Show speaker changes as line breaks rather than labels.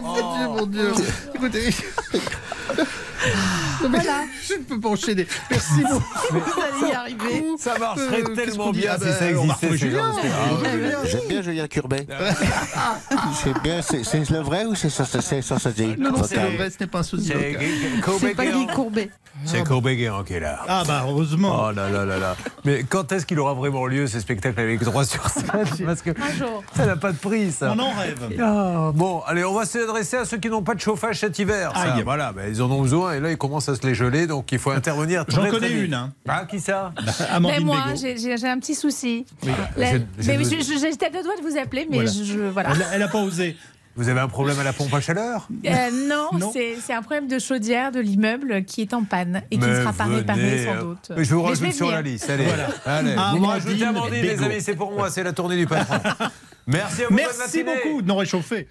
mon Dieu. Écoutez. Non, mais Je ne peux pas enchaîner. Merci beaucoup.
Vous allez y arriver.
Ça
Euh,
marcherait
qu'est-ce
tellement
qu'on dit
bien
Ah
si
ben,
ça
on va retrouver
existait. ces
Julien.
gens.
J'aime bien Julien Courbet. c'est bien, c'est- c'est le vrai ou c'est sensationnel
Non, non, c'est le vrai, ce n'est pas un souci.
C'est
local.
C'est pas Guy
Kobe-Guéant.
Courbet.
C'est Kobe-Guéant qui est là.
Ah bah heureusement.
Oh là là là là. Mais quand est-ce qu'il aura vraiment lieu ces spectacles avec 3 sur 7 Parce que
Un jour.
ça n'a pas de prix ça.
On en rêve.
Ah, bon, allez, on va s'adresser à ceux qui n'ont pas de chauffage cet hiver. ça.
Aïe.
Voilà, ben, ils en ont besoin et là ils commencent à se les geler, donc il faut intervenir.
J'en
très,
connais
très vite.
une, hein.
Ah, qui ça
Amandine
Mais moi,
Bégaud.
j'ai- j'ai j'ai un petit souci. Ah, La-
j'ai- j'ai-
mais oui, je- je- J'étais à deux doigts de vous appeler, mais
Voilà.
je, je-
Euh,
voilà.
Elle, elle a pas osé.
Vous avez un problème à la pompe à chaleur
Euh, non,
Non.
c'est c'est un problème de chaudière de l'immeuble qui est en panne et qui ne
Mais
sera pas
venez,
réparé sans
euh,
doute.
mais je vous rajoute
vais
sur la
venir.
liste. Allez, allez. vous
Amandine
me rajoutez Amandine, les
Bégaud.
amis, c'est pour moi, c'est la tournée du patron. Merci à vous. bonne
Merci
matinée.
beaucoup de nous réchauffer.